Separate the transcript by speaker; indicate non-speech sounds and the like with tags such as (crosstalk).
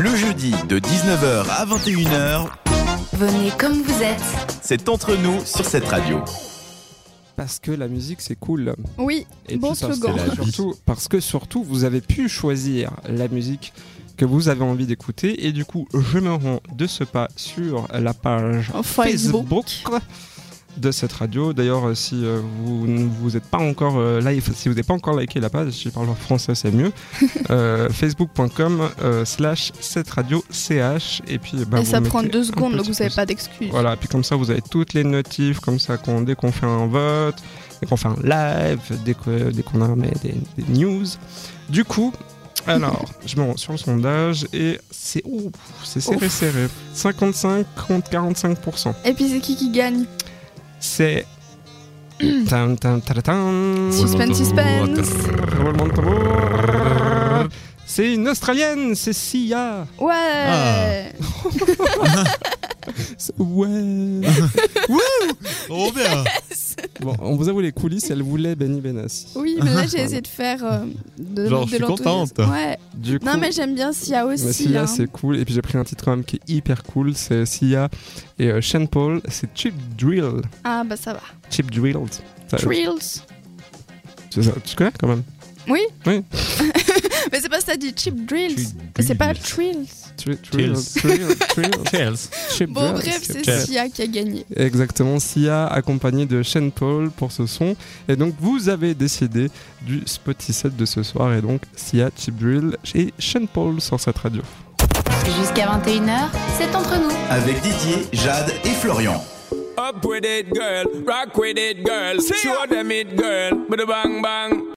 Speaker 1: Le jeudi de 19h à 21h,
Speaker 2: Venez comme vous êtes.
Speaker 1: c'est entre nous sur cette radio.
Speaker 3: parce que la musique c'est cool.
Speaker 4: Oui,
Speaker 3: Et
Speaker 4: bon
Speaker 3: puis parce
Speaker 4: slogan.
Speaker 3: que
Speaker 5: C'est la vie.
Speaker 3: surtout, parce que surtout vous avez pu choisir la musique que vous avez envie d'écouter et du coup je me rends de ce pas sur la page
Speaker 4: Facebook.
Speaker 3: de cette radio. D'ailleurs, euh, si euh, vous ne vous êtes pas encore euh, live, si vous n'avez pas encore liké la page, si je parle en français,
Speaker 4: (laughs)
Speaker 3: c'est mieux. Euh, Facebook.com euh, slash cette radio ch et puis bah,
Speaker 4: Et
Speaker 3: vous
Speaker 4: ça
Speaker 3: mettez
Speaker 4: prend deux
Speaker 3: un
Speaker 4: secondes, donc
Speaker 3: petit
Speaker 4: vous n'avez
Speaker 3: pouce.
Speaker 4: pas d'excuses.
Speaker 3: Voilà, puis comme ça vous avez toutes les notifs, comme ça qu'on- dès qu'on fait un vote, dès qu'on fait un live, dès que- dès qu'on a mais, des, des news. Du coup, alors, je me rends sur le sondage et c'est ouh, c'est serré
Speaker 4: Ouf.
Speaker 3: serré. 55 contre 45%.
Speaker 4: Et puis c'est qui qui gagne
Speaker 3: C'est Tan, tan, tan, tan.
Speaker 4: Suspense, suspense.
Speaker 3: Roulement de tambour. C'est une Australienne, c'est Sia.
Speaker 4: Ouais
Speaker 3: Ouais.
Speaker 5: Oh bien
Speaker 3: Bon, on vous avoue les coulisses, elle voulait Benny Benassi.
Speaker 4: Oui, mais là j'ai essayé de faire euh, de,
Speaker 5: Genre,
Speaker 4: de
Speaker 5: je suis
Speaker 4: l'enthousiasme.
Speaker 5: contente.
Speaker 4: Ouais.
Speaker 3: Du coup,
Speaker 4: Non, mais j'aime bien Sia
Speaker 3: Mais
Speaker 4: aussi.
Speaker 3: Bah, Sia,
Speaker 4: hein.
Speaker 3: c'est cool. Et puis j'ai pris un titre quand même qui est hyper cool. C'est Sia et euh, Sean Paul. C'est Chip Drill.
Speaker 4: Ah, bah ça va.
Speaker 3: Chip Drilled. Ça-
Speaker 4: Trills.
Speaker 3: c'est ça. Tu connais quand même
Speaker 4: Oui
Speaker 3: Oui.
Speaker 4: mais c'est pas ça dit Chip Drills. Mais c'est pas Trills.
Speaker 3: Tri- Drill, Drill, Drill, (laughs) Chip
Speaker 4: Bon,
Speaker 3: Drill,
Speaker 4: bref,
Speaker 3: Chip
Speaker 4: c'est
Speaker 3: Drill.
Speaker 4: Sia qui a gagné.
Speaker 3: Exactement, Sia accompagné de Sean Paul pour ce son. Et donc vous avez décidé du Spotify set de ce soir. Et donc Sia, Chip Drill et Sean Paul sur cette radio.
Speaker 2: Jusqu'à 21h, c'est entre nous.
Speaker 1: Avec Didier, Jade et Florian.
Speaker 6: Up with it, girl. Rock with it, girl. Show them it, girl. Bada bang bang.